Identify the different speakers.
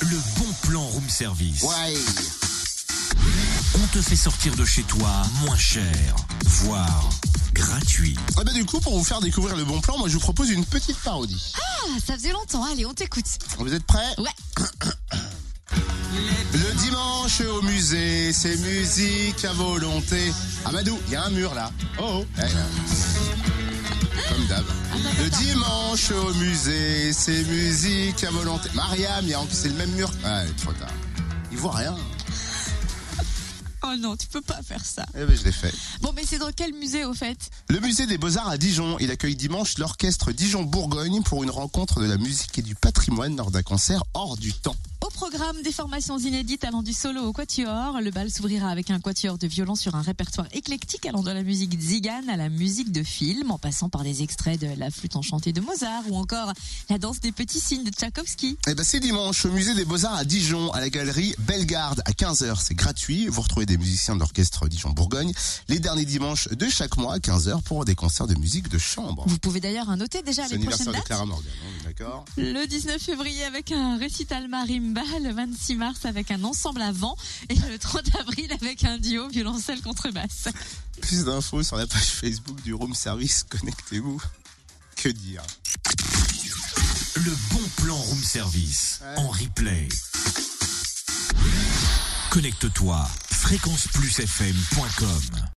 Speaker 1: Le bon plan room service.
Speaker 2: Ouais.
Speaker 1: On te fait sortir de chez toi moins cher, voire gratuit.
Speaker 2: Ah bah du coup, pour vous faire découvrir le bon plan, moi je vous propose une petite parodie.
Speaker 3: Ah, ça faisait longtemps. Allez, on t'écoute.
Speaker 2: Vous êtes prêts
Speaker 3: Ouais.
Speaker 2: Le dimanche au musée, c'est musique à volonté. Amadou, il y a un mur là. Oh oh. Eh, euh, Comme d'hab. Le dimanche au musée, c'est musique à volonté. Mariam, il y a c'est le même mur. Ah, il est trop tard. Il voit rien.
Speaker 3: Oh non, tu peux pas faire ça.
Speaker 2: Eh ben je l'ai fait.
Speaker 3: Bon, mais c'est dans quel musée au fait
Speaker 2: Le musée des Beaux-Arts à Dijon, il accueille dimanche l'orchestre Dijon-Bourgogne pour une rencontre de la musique et du patrimoine lors d'un concert hors du temps.
Speaker 3: Au programme des formations inédites allant du solo au quatuor, le bal s'ouvrira avec un quatuor de violon sur un répertoire éclectique allant de la musique zigane à la musique de film, en passant par des extraits de La flûte enchantée de Mozart ou encore La danse des petits signes de Tchaïkovski.
Speaker 2: Eh ben, c'est dimanche au musée des Beaux-Arts à Dijon, à la galerie Bellegarde à 15h. C'est gratuit. Vous retrouvez des musiciens de l'orchestre Dijon-Bourgogne les derniers dimanches de chaque mois à 15h pour des concerts de musique de chambre.
Speaker 3: Vous pouvez d'ailleurs noter déjà
Speaker 2: C'est
Speaker 3: les
Speaker 2: l'anniversaire
Speaker 3: prochaines
Speaker 2: de
Speaker 3: dates.
Speaker 2: Clara Morgan, hein, on est d'accord
Speaker 3: Le 19 février avec un récital marimba, le 26 mars avec un ensemble à vent et le 30 avril avec un duo violoncelle contrebasse.
Speaker 2: Plus d'infos sur la page Facebook du Room Service, connectez-vous. Que dire
Speaker 1: Le bon plan room service en replay. Connecte-toi fréquenceplusfm.com